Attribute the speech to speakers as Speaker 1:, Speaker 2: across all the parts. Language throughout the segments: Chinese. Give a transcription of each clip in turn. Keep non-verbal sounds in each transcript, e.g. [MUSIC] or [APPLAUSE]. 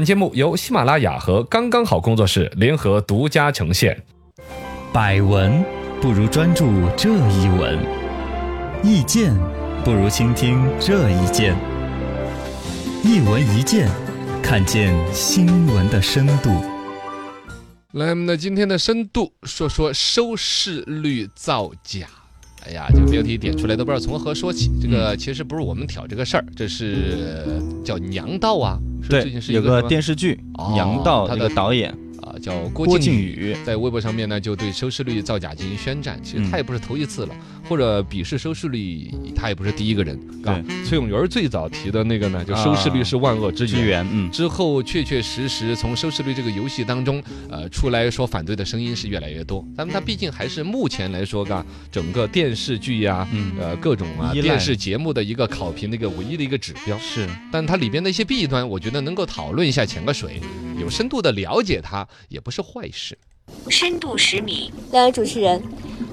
Speaker 1: 本节目由喜马拉雅和刚刚好工作室联合独家呈现。
Speaker 2: 百闻不如专注这一闻，意见不如倾听这一见。一闻一见，看见新闻的深度。
Speaker 3: 来，那今天的深度说说收视率造假。哎呀，这个标题点出来都不知道从何说起。这
Speaker 4: 嗯
Speaker 3: 个其实不是我们挑这个事儿，这是叫娘道啊，是最近
Speaker 4: 对，
Speaker 3: 是
Speaker 4: 有
Speaker 3: 个
Speaker 4: 个
Speaker 3: 什么
Speaker 4: 电视剧
Speaker 3: 哦
Speaker 4: 《杨道》，
Speaker 3: 他
Speaker 4: 那
Speaker 3: 的
Speaker 4: 个导演
Speaker 3: 啊叫
Speaker 4: 郭
Speaker 3: 郭
Speaker 4: 靖
Speaker 3: 靖宇。
Speaker 4: 宇，
Speaker 3: 在微博上面呢，就对收视率造假进行宣战。其
Speaker 4: 嗯
Speaker 3: 实他也不是头一次了，或者鄙视收视率，他也不是第一个人。啊，崔永元最早提的那个呢，就
Speaker 4: 啊
Speaker 3: 收视率是万恶之
Speaker 4: 支
Speaker 3: 源。
Speaker 4: 援，嗯，
Speaker 3: 之后，确确实实从收视率这个游戏当中，呃，出来说反对的声音是越来越多。但它毕竟还是目前来说，嘎，整个电视剧呀、
Speaker 4: 嗯
Speaker 3: 呃，各种啊
Speaker 4: 依赖
Speaker 3: 电视节目的一个考评的一个唯一的一个指标。
Speaker 4: 是
Speaker 3: 但它里边的一些弊端，我觉得能够讨论一下潜个水，有深度的了解它也不是坏事。
Speaker 5: 深度十米，
Speaker 6: 两位主持人，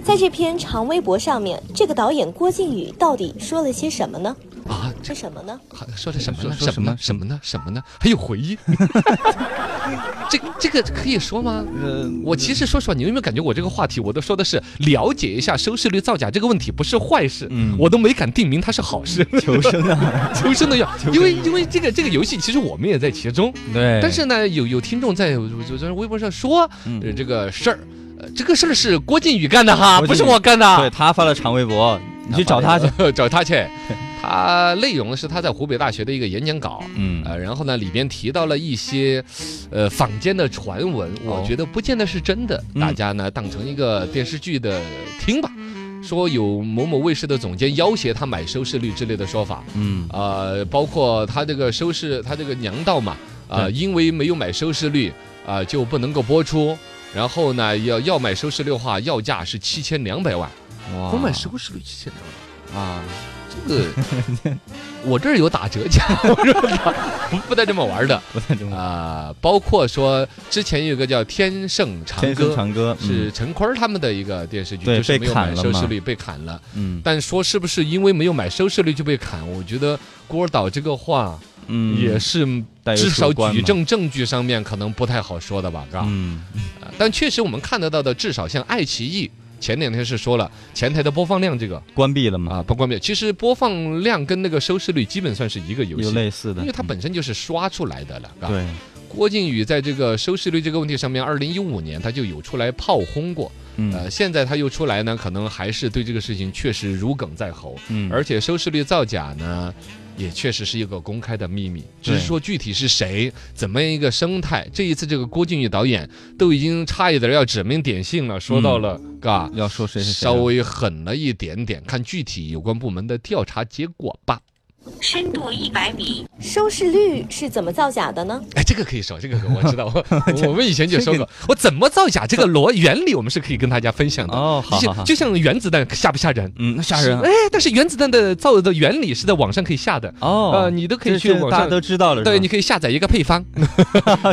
Speaker 6: 在这篇长微博上面，这个导演郭靖宇到底说了些什么呢？
Speaker 3: 啊，
Speaker 6: 是什么呢？
Speaker 3: 还说的什么呢？
Speaker 4: 说说
Speaker 3: 什么呢？什
Speaker 4: 什
Speaker 3: 么呢？什么呢？还有回忆？ [LAUGHS] 这这个可以说吗？
Speaker 4: 呃，
Speaker 3: 我其实说实话，你有没有感觉我这个话题，我都说的是了解一下收视率造假这个问题不是坏事，
Speaker 4: 嗯
Speaker 3: 我都没敢定名它是好
Speaker 4: [LAUGHS]
Speaker 3: 事，
Speaker 4: [LAUGHS] 求生啊，
Speaker 3: 求生的要，
Speaker 4: 生
Speaker 3: 因为因为这个这个游戏其实我们也在其中，
Speaker 4: 对
Speaker 3: 但是呢，有有听众在就在微博上说、
Speaker 4: 嗯
Speaker 3: 呃这个事儿。呃这个事儿是郭靖宇干的哈，
Speaker 4: 郭
Speaker 3: 不
Speaker 4: 靖宇
Speaker 3: 是我干
Speaker 4: 对
Speaker 3: 的，
Speaker 4: 他发了长微博，你去找他去，
Speaker 3: [LAUGHS] 找他去。他内容是他在湖北大学的一个演讲稿，
Speaker 4: 嗯
Speaker 3: 呃，然后呢，里边提到了一些，呃，坊间的传闻，我
Speaker 4: 哦
Speaker 3: 觉得不见得是真的，
Speaker 4: 嗯
Speaker 3: 大家呢当成一个电视剧的听吧。说有某某卫视的总监要挟他买收视率之类的说法，
Speaker 4: 嗯，
Speaker 3: 呃，包括他这个收视，他这个娘道嘛，呃，
Speaker 4: 对
Speaker 3: 因为没有买收视率，啊、就不能够播出。然后呢，要要买收视率的话，要价是七千两百万，
Speaker 4: 哇
Speaker 3: 光买收视率七千两百万，
Speaker 4: 啊，
Speaker 3: 这个我这儿有打折价，我说不不带这么玩儿的。
Speaker 4: 不太懂，
Speaker 3: 啊、包括说之前有个叫《天盛长
Speaker 4: 天
Speaker 3: 歌
Speaker 4: 生》，嗯长歌
Speaker 3: 是，陈坤儿他们的一个电视剧，
Speaker 4: 对
Speaker 3: 就是
Speaker 4: 被
Speaker 3: 没有买
Speaker 4: 砍了
Speaker 3: 收视
Speaker 4: 嘛
Speaker 3: 率被砍了。
Speaker 4: 嗯
Speaker 3: 但说是不是因为没有买收视率就被砍？我觉得郭导这个话
Speaker 4: 嗯，
Speaker 3: 也是
Speaker 4: 带有
Speaker 3: 至少
Speaker 4: 主观
Speaker 3: 举
Speaker 4: 嘛，
Speaker 3: 证证据上面可能不太好说的吧，是吧？
Speaker 4: 嗯，
Speaker 3: 呃但确实我们看得到的，至少像爱奇艺。前两天是说了前台的播放量这个
Speaker 4: 关闭了嘛，
Speaker 3: 啊，不关闭。其实播放量跟那个收视率基本算是一个游
Speaker 4: 有
Speaker 3: 戏，
Speaker 4: 类似的，
Speaker 3: 因为它本身就是刷出来的了，是吧
Speaker 4: 嗯对，
Speaker 3: 郭靖宇在这个收视率这个问题上面，二零一五年他就有出来炮轰过，
Speaker 4: 嗯
Speaker 3: 呃，现在他又出来呢，可能还是对这个事情确实如鲠在喉，
Speaker 4: 嗯，
Speaker 3: 而且收视率造假呢。也确实是一个公开的秘密，只是
Speaker 4: 对
Speaker 3: 说具体是谁，怎么样一个生态。这一次，这个郭靖宇导演都已经差一点要指名点姓了，说到了，嘎、
Speaker 4: 要说嗯谁是谁
Speaker 3: 稍
Speaker 4: 了，
Speaker 3: 微狠了一点点，看具体有关部门的调查结果吧。
Speaker 5: 深度一百米，
Speaker 6: 收视率是怎么造假的呢？
Speaker 3: [LAUGHS] 哎，这个可以说，这个可
Speaker 4: [LAUGHS]
Speaker 3: 我知道，我我们以前就说过，我怎么造假这个逻原理，我们是可以跟大家分享的。
Speaker 4: 哦，好
Speaker 3: 就
Speaker 4: 好
Speaker 3: 像
Speaker 4: 好，
Speaker 3: 就像原子弹吓不吓人？
Speaker 4: 嗯，那吓人啊
Speaker 3: 哎，但是原子弹的造的原理是在网上可以下的，
Speaker 4: 哦，
Speaker 3: 呃，你都可以
Speaker 4: 这
Speaker 3: 去
Speaker 4: 是
Speaker 3: 网
Speaker 4: 大家
Speaker 3: 上。
Speaker 4: 都知道了，
Speaker 3: 对，
Speaker 4: 是
Speaker 3: 你可以下载一个
Speaker 4: [LAUGHS]
Speaker 3: 配方。 [LAUGHS]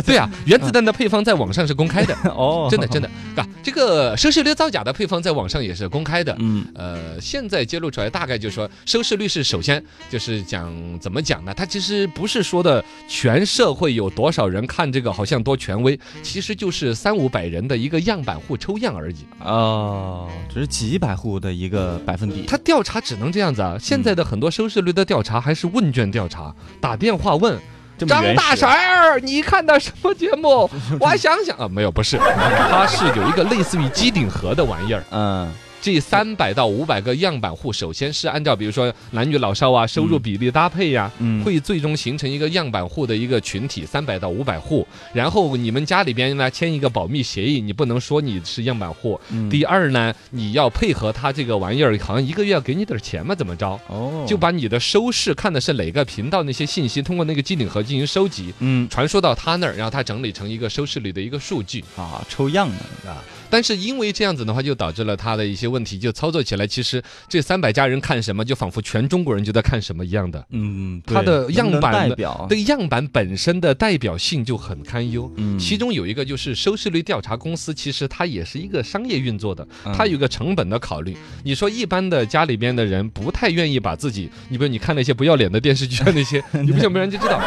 Speaker 3: 对
Speaker 4: 嗯
Speaker 3: 啊，原子弹的配方在网上是公开
Speaker 4: [LAUGHS]
Speaker 3: 的，
Speaker 4: 吧哦，
Speaker 3: 真的真
Speaker 4: 的，
Speaker 3: 的。啊，这个收视率造假的配方在网上也是公开的。
Speaker 4: 嗯
Speaker 3: 呃，现在揭露出来大概就是说，收视率是首先就是讲怎么讲呢？它其实不是说的全社会有多少人看这个好像多权威，其实就是三五百人的一个样板户抽样而已。
Speaker 4: 哦，只是几百户的一个百分比，
Speaker 3: 它调查只能这样子啊！现在的很多收视率的调查还是问卷调查，打电话问
Speaker 4: 这么
Speaker 3: 张
Speaker 4: 原
Speaker 3: 大
Speaker 4: 始
Speaker 3: 婶儿，你看的什么节 [LAUGHS] 目？我想想啊，没有，不是，它是有一个类似于机顶盒的玩意儿。
Speaker 4: 嗯，
Speaker 3: 这三百到五百个样板户，首先是按照比如说男女老少啊、收入比例搭配呀、
Speaker 4: 嗯
Speaker 3: 会最终形成一个样板户的一个群体，三百到五百户。然后你们家里边呢签一个保密协议，你不能说你是样板户。
Speaker 4: 嗯
Speaker 3: 第二呢，你要配合他这个玩意儿，好像一个月要给你点儿钱嘛，怎么着？
Speaker 4: 哦，
Speaker 3: 就把你的收视看的是哪个频道那些信息，通过那个机顶盒进行收集，
Speaker 4: 嗯
Speaker 3: 传输到他那儿，然后他整理成一个收视率的一个数据。
Speaker 4: 啊抽样的，
Speaker 3: 啊，但是因为这样子的话，就导致了他的一些问题，就操作起来，其实这三百家人看什么，就仿佛全中国人就在看什么一样的。
Speaker 4: 嗯，
Speaker 3: 它
Speaker 4: 对
Speaker 3: 的样
Speaker 4: 能
Speaker 3: 板
Speaker 4: 代
Speaker 3: 的
Speaker 4: 表
Speaker 3: 这，个样板本身的代表性就很堪忧。
Speaker 4: 嗯
Speaker 3: 其中有一个就是收视率调查公司，其实它也是一个商业运作的，它
Speaker 4: 嗯
Speaker 3: 有一个成本的考虑。你说一般的家里边的人不太愿意把自己，你比如你看那些不要脸的电视剧啊那些，你不想别人就知道，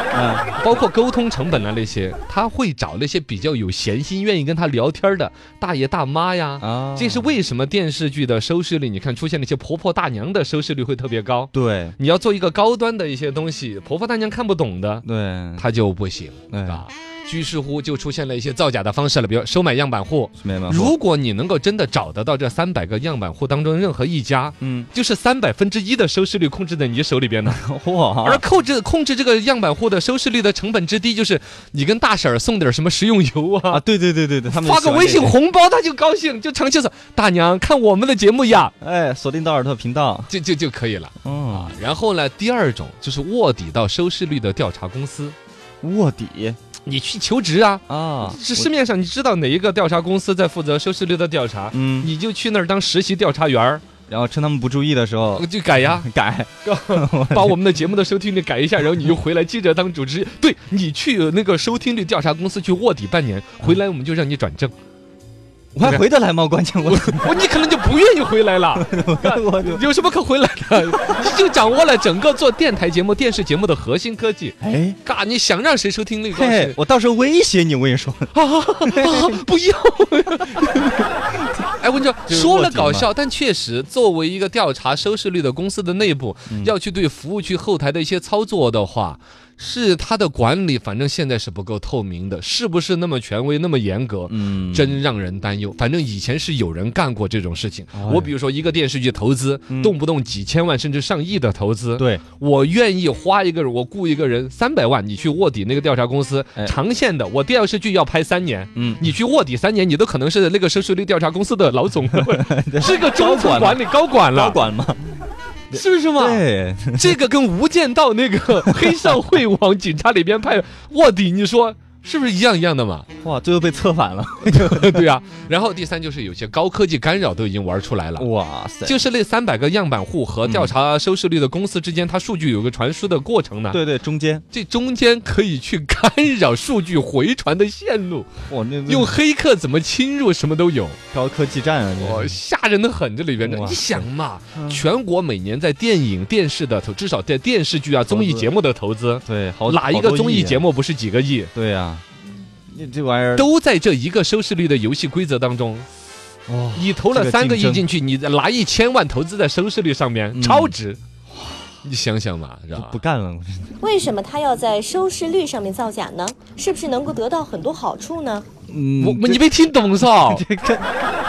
Speaker 3: 包括沟通成本啊那些，他会找那些比较有闲心、愿意跟他聊天的大爷大妈呀。
Speaker 4: 啊，
Speaker 3: 这是为什么电视剧的收视率，你看出现那些婆婆大娘的收视率会特别高。
Speaker 4: 对
Speaker 3: 你要做一个高端的一些东西，婆婆大娘看不懂的，
Speaker 4: 对哎
Speaker 3: 它就不行
Speaker 4: 对，
Speaker 3: 啊。于是乎就出现了一些造假的方式了，比如收买样板户。
Speaker 4: 是没办法。
Speaker 3: 如果你能够真的找得到这三百个样板户当中任何一家，
Speaker 4: 嗯，
Speaker 3: 就是三百分之一的收视率控制在你手里边的，
Speaker 4: [LAUGHS]
Speaker 3: 而
Speaker 4: 哇，
Speaker 3: 控制控制这个样板户的收视率的成本之低，就是你跟大婶儿送点什么食用油
Speaker 4: 啊，
Speaker 3: 啊，
Speaker 4: 对对对对对，他们
Speaker 3: 发
Speaker 4: 喜
Speaker 3: 个
Speaker 4: 欢
Speaker 3: 微
Speaker 4: 这
Speaker 3: 信
Speaker 4: 个，
Speaker 3: 红包，他就高兴，就长期说大娘看我们的节目
Speaker 4: [LAUGHS]
Speaker 3: 呀，
Speaker 4: 哎，锁定道尔特频道，
Speaker 3: 就就就可以了。
Speaker 4: 嗯，
Speaker 3: 然后呢，第二种就是卧底到收视率的调查公司，
Speaker 4: 卧底
Speaker 3: 你去求职啊，
Speaker 4: 啊，
Speaker 3: 是
Speaker 4: 我
Speaker 3: 市面上你知道哪一个调查公司在负责收视率的调查，
Speaker 4: 嗯，
Speaker 3: 你就去那儿当实习调查员儿，
Speaker 4: 然后趁他们不注意的时候
Speaker 3: 就改呀，
Speaker 4: 改，
Speaker 3: [LAUGHS] 把我们的节目的收听率改一下，然后你就回来接着当主持。对你去那个收听率调查公司去卧底半年，回来我们就让你转正。
Speaker 4: 我还回得来吗？关键我
Speaker 3: [LAUGHS] 我你可能就不愿意回来了，
Speaker 4: 我就
Speaker 3: 有什么可回来的？你就掌握了整个做电台节目、电视节目的核心科技。
Speaker 4: 哎。
Speaker 3: 嘎，你想让谁收听率高
Speaker 4: 嘿
Speaker 3: 谁，
Speaker 4: 我到时候威胁你，我跟你说，
Speaker 3: 啊，不要！ [LAUGHS] 哎，我跟你说，
Speaker 4: [LAUGHS] 就是
Speaker 3: 说
Speaker 4: 卧
Speaker 3: 了
Speaker 4: 底
Speaker 3: 搞
Speaker 4: 嘛
Speaker 3: 笑，但确实，作为一个调查收视率的公司的内部，
Speaker 4: 嗯
Speaker 3: 要去对服务区后台的一些操作的话，是它的管理，反正现在是不够透明的，是不是那么权威、那么严格？
Speaker 4: 嗯
Speaker 3: 真让人担忧。反正以前是有人干过这种事情。
Speaker 4: 哎
Speaker 3: 我比如说一个电视剧投资，动不动几千万甚至上亿的投资，
Speaker 4: 嗯对，
Speaker 3: 我愿意花一个人，我雇一个人三百万，你去卧底那个调查公司，
Speaker 4: 哎
Speaker 3: 长线的，我电视剧要拍三年，
Speaker 4: 嗯
Speaker 3: 你去卧底三年，你都可能是那个收视率调查公司的老
Speaker 4: [LAUGHS]
Speaker 3: 总， [LAUGHS] 是个中层管理高管了，
Speaker 4: 高管嘛，
Speaker 3: 是不是嘛？ [LAUGHS]
Speaker 4: 对，
Speaker 3: 这个跟《无间道》那个黑社会往警察里边派卧底，你说是不是一样一样的
Speaker 4: [LAUGHS]
Speaker 3: 嘛？
Speaker 4: 哇，最后被策反了，
Speaker 3: 对啊。然后第三就是有些高科技干扰都已经玩出来了。
Speaker 4: [LAUGHS] 哇塞，
Speaker 3: 就是那三百个样板户和调查收视率的公司之间，它数据有个传输的过程呢。
Speaker 4: 对对，中间，
Speaker 3: 这中间可以去干扰数据回传的线路，
Speaker 4: 哇，那那
Speaker 3: 用黑客怎么侵入什么都有，
Speaker 4: 高科技战啊，
Speaker 3: 哇，
Speaker 4: 这是
Speaker 3: 吓人的很！这里边的，
Speaker 4: 哇
Speaker 3: 你想嘛，全国每年在电影、电视的投，至少在电视剧啊、综艺节目的投资，
Speaker 4: 对，好
Speaker 3: 哪一个综艺节
Speaker 4: 目？
Speaker 3: 目不是几个亿？
Speaker 4: 对呀，你这玩意儿
Speaker 3: 都在这一个收视率的游戏规则当中，
Speaker 4: 哇，
Speaker 3: 你投了
Speaker 4: 这个
Speaker 3: 三个
Speaker 4: 竞
Speaker 3: 亿
Speaker 4: 争
Speaker 3: 进去，你拿一千万投资在收视率上面，
Speaker 4: 嗯
Speaker 3: 超值。你想想嘛，是吧
Speaker 4: 不？干了，
Speaker 6: 为什么他要在收视率上面造假呢？是不是能够得到很多好处呢？
Speaker 4: 嗯
Speaker 3: 我 [LAUGHS] 我你没听懂噻？
Speaker 4: 这个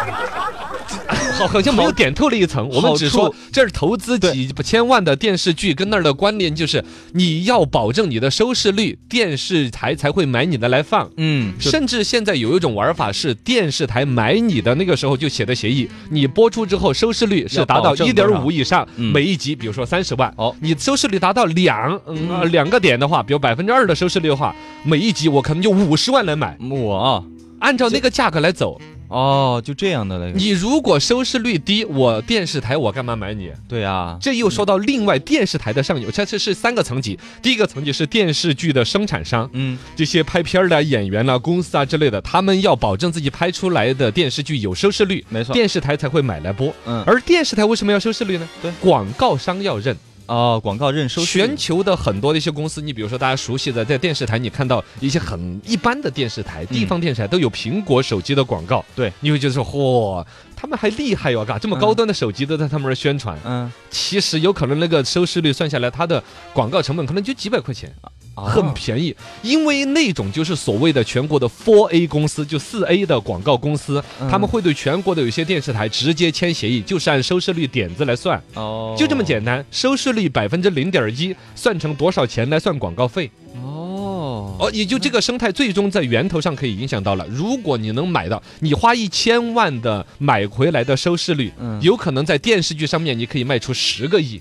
Speaker 3: [LAUGHS] 好，好像没有点透了一层。我们只
Speaker 4: 好
Speaker 3: 说
Speaker 4: 处
Speaker 3: 这儿投资几千万的电视剧跟那儿的关联就是，你要保证你的收视率，电视台才会买你的来放。
Speaker 4: 嗯，就
Speaker 3: 甚至现在有一种玩法是，电视台买你的那个时候就写的协议，你播出之后收视率是达到
Speaker 4: 要保证
Speaker 3: 一
Speaker 4: 多
Speaker 3: 点
Speaker 4: 少
Speaker 3: 五以上，
Speaker 4: 嗯
Speaker 3: 每一集比如说三十万，
Speaker 4: 哦
Speaker 3: 你收视率达到两嗯呃两个点的话，比如百分之二的收视率的话，每一集我可能就五十万来买，
Speaker 4: 我啊
Speaker 3: 按照那个价格来走。
Speaker 4: 哦，就这样的嘞，
Speaker 3: 你如果收视率低，我电视台我干嘛买你？
Speaker 4: 对啊呀，
Speaker 3: 这又说到另外电视台的上游，这这是三个层级。第一个层级是电视剧的生产商，
Speaker 4: 嗯，
Speaker 3: 这些拍片儿的演员啦、公司啊之类的，他们要保证自己拍出来的电视剧有收视率，
Speaker 4: 没错，
Speaker 3: 电视台才会买来播。
Speaker 4: 嗯
Speaker 3: 而电视台为什么要收视率呢？
Speaker 4: 对
Speaker 3: 广告商要认。
Speaker 4: 哦，广告认收视
Speaker 3: 全球的很多的一些公司，你比如说大家熟悉的，在电视台你看到一些很一般的电视台、地方电视台都有苹果手机的广告，
Speaker 4: 嗯对，
Speaker 3: 你会觉得说，嚯，他们还厉害哟、嘎，这么高端的手机都在他们那儿宣传。
Speaker 4: 嗯，
Speaker 3: 其实有可能那个收视率算下来，它的广告成本可能就几百块钱，
Speaker 4: 啊哦
Speaker 3: 很便宜。因为那种就是所谓的全国的 Four A 公司，就四 A 的广告公司，
Speaker 4: 嗯
Speaker 3: 他们会对全国的有些电视台直接签协议，就是按收视率点子来算，
Speaker 4: 哦，
Speaker 3: 就这么简单。收视率百分之零点一，算成多少钱来算广告费？
Speaker 4: 哦，
Speaker 3: 哦，也就这个生态最终在源头上可以影响到了。如果你能买到，你花一千万的买回来的收视率，
Speaker 4: 嗯
Speaker 3: 有可能在电视剧上面你可以卖出十个亿，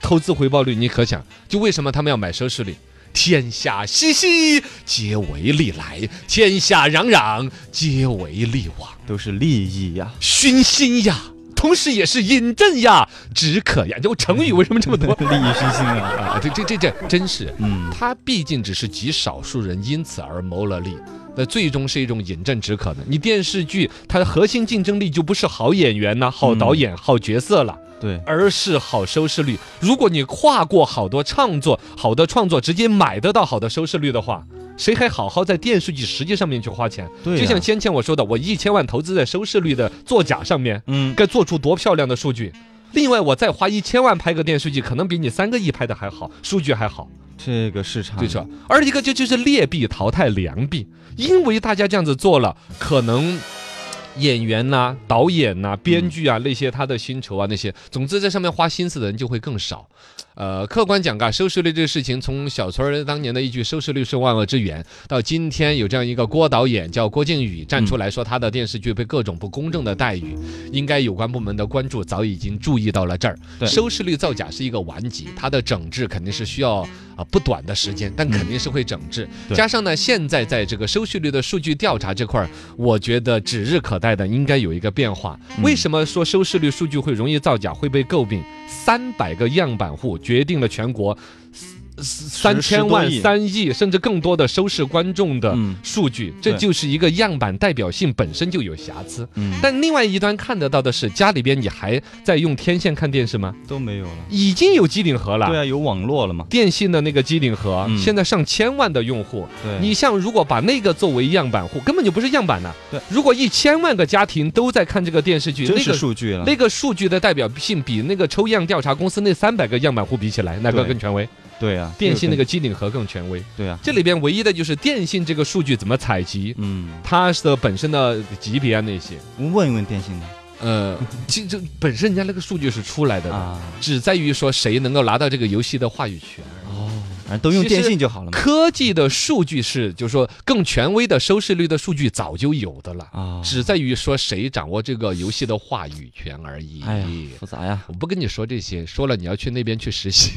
Speaker 3: 投资回报率你可想，就为什么他们要买收视率？天下熙熙，皆为利来；天下攘攘，皆为利往。
Speaker 4: 都是利益呀、？
Speaker 3: 熏心呀，同时也是饮鸩呀，止渴呀。这成语为什么这么多
Speaker 4: [LAUGHS] 利益熏心啊！
Speaker 3: 啊，这这这这真是，
Speaker 4: 嗯，
Speaker 3: 他毕竟只是极少数人因此而谋了利，那最终是一种饮鸩止渴的。你电视剧它的核心竞争力就不是好演员呐、好导演、好角色了。
Speaker 4: 对，
Speaker 3: 而是好收视率。如果你跨过好多创作，好的创作直接买得到好的收视率的话，谁还好好在电视剧实际上面去花钱？
Speaker 4: 对呀
Speaker 3: 就像先前我说的，我一千万投资在收视率的作假上面，
Speaker 4: 嗯，
Speaker 3: 该做出多漂亮的数据。另外，我再花一千万拍个电视剧，可能比你三个亿拍的还好，数据还好，
Speaker 4: 这个市场
Speaker 3: 对吧？而一个就就是劣币淘汰良币，因为大家这样子做了，可能演员呐、导演呐、编剧啊那些他的薪酬啊那些，总之在上面花心思的人就会更少。呃，客观讲啊，收视率这个事情，从小崔儿当年的一句“收视率是万恶之源”，到今天有这样一个郭导演叫郭靖宇站出来说他的电视剧被各种不公正的待遇，应该有关部门的关注早已经注意到了这儿。
Speaker 4: 对
Speaker 3: 收视率造假是一个顽疾，它的整治肯定是需要啊、不短的时间，但肯定是会整治。
Speaker 4: 嗯对
Speaker 3: 加上呢，现在在这个收视率的数据调查这块儿，我觉得指日可待的应该有一个变化。
Speaker 4: 嗯
Speaker 3: 为什么说收视率数据会容易造假，会被诟病？三百个样板户决定了全国三千万、
Speaker 4: 十多亿
Speaker 3: 三亿甚至更多的收视观众的
Speaker 4: 嗯
Speaker 3: 数据，这
Speaker 4: 对
Speaker 3: 就是一个样板代表性本身就有瑕疵。
Speaker 4: 嗯，
Speaker 3: 但另外一端看得到的是，家里边你还在用天线看电视吗？
Speaker 4: 都没有了。
Speaker 3: 已经有机顶盒了。
Speaker 4: 对啊，有网络了嘛？
Speaker 3: 电信的那个机顶盒，
Speaker 4: 嗯
Speaker 3: 现在上千万的用户，
Speaker 4: 对，啊
Speaker 3: 你像如果把那个作为样板户，根本就不是样板呐、
Speaker 4: 对，
Speaker 3: 如果一千万个家庭都在看这个电视剧，
Speaker 4: 真
Speaker 3: 那
Speaker 4: 实
Speaker 3: 个
Speaker 4: 数据了。
Speaker 3: 那个数据的代表性比那个抽样调查公司那三百个样板户比起来，哪个
Speaker 4: 对
Speaker 3: 更权威？
Speaker 4: 对啊，
Speaker 3: 电信
Speaker 4: 个
Speaker 3: 那个机顶盒更权威。
Speaker 4: 对啊，
Speaker 3: 这里边唯一的就是电信这个数据怎么采集，
Speaker 4: 嗯，
Speaker 3: 它的本身的级别啊那些，
Speaker 4: 问一问电信的
Speaker 3: 呃，其实本身人家那个数据是出来的，
Speaker 4: 啊，
Speaker 3: 只在于说谁能够拿到这个游戏的话语权。哦
Speaker 4: 反正都用电信就好了嘛。
Speaker 3: 科技的数据是，就是说更权威的收视率的数据早就有的了，
Speaker 4: 啊，
Speaker 3: 只在于说谁掌握这个游戏的话语权而已。
Speaker 4: 哎呀，复杂呀，
Speaker 3: 我不跟你说这些，说了你要去那边去实习，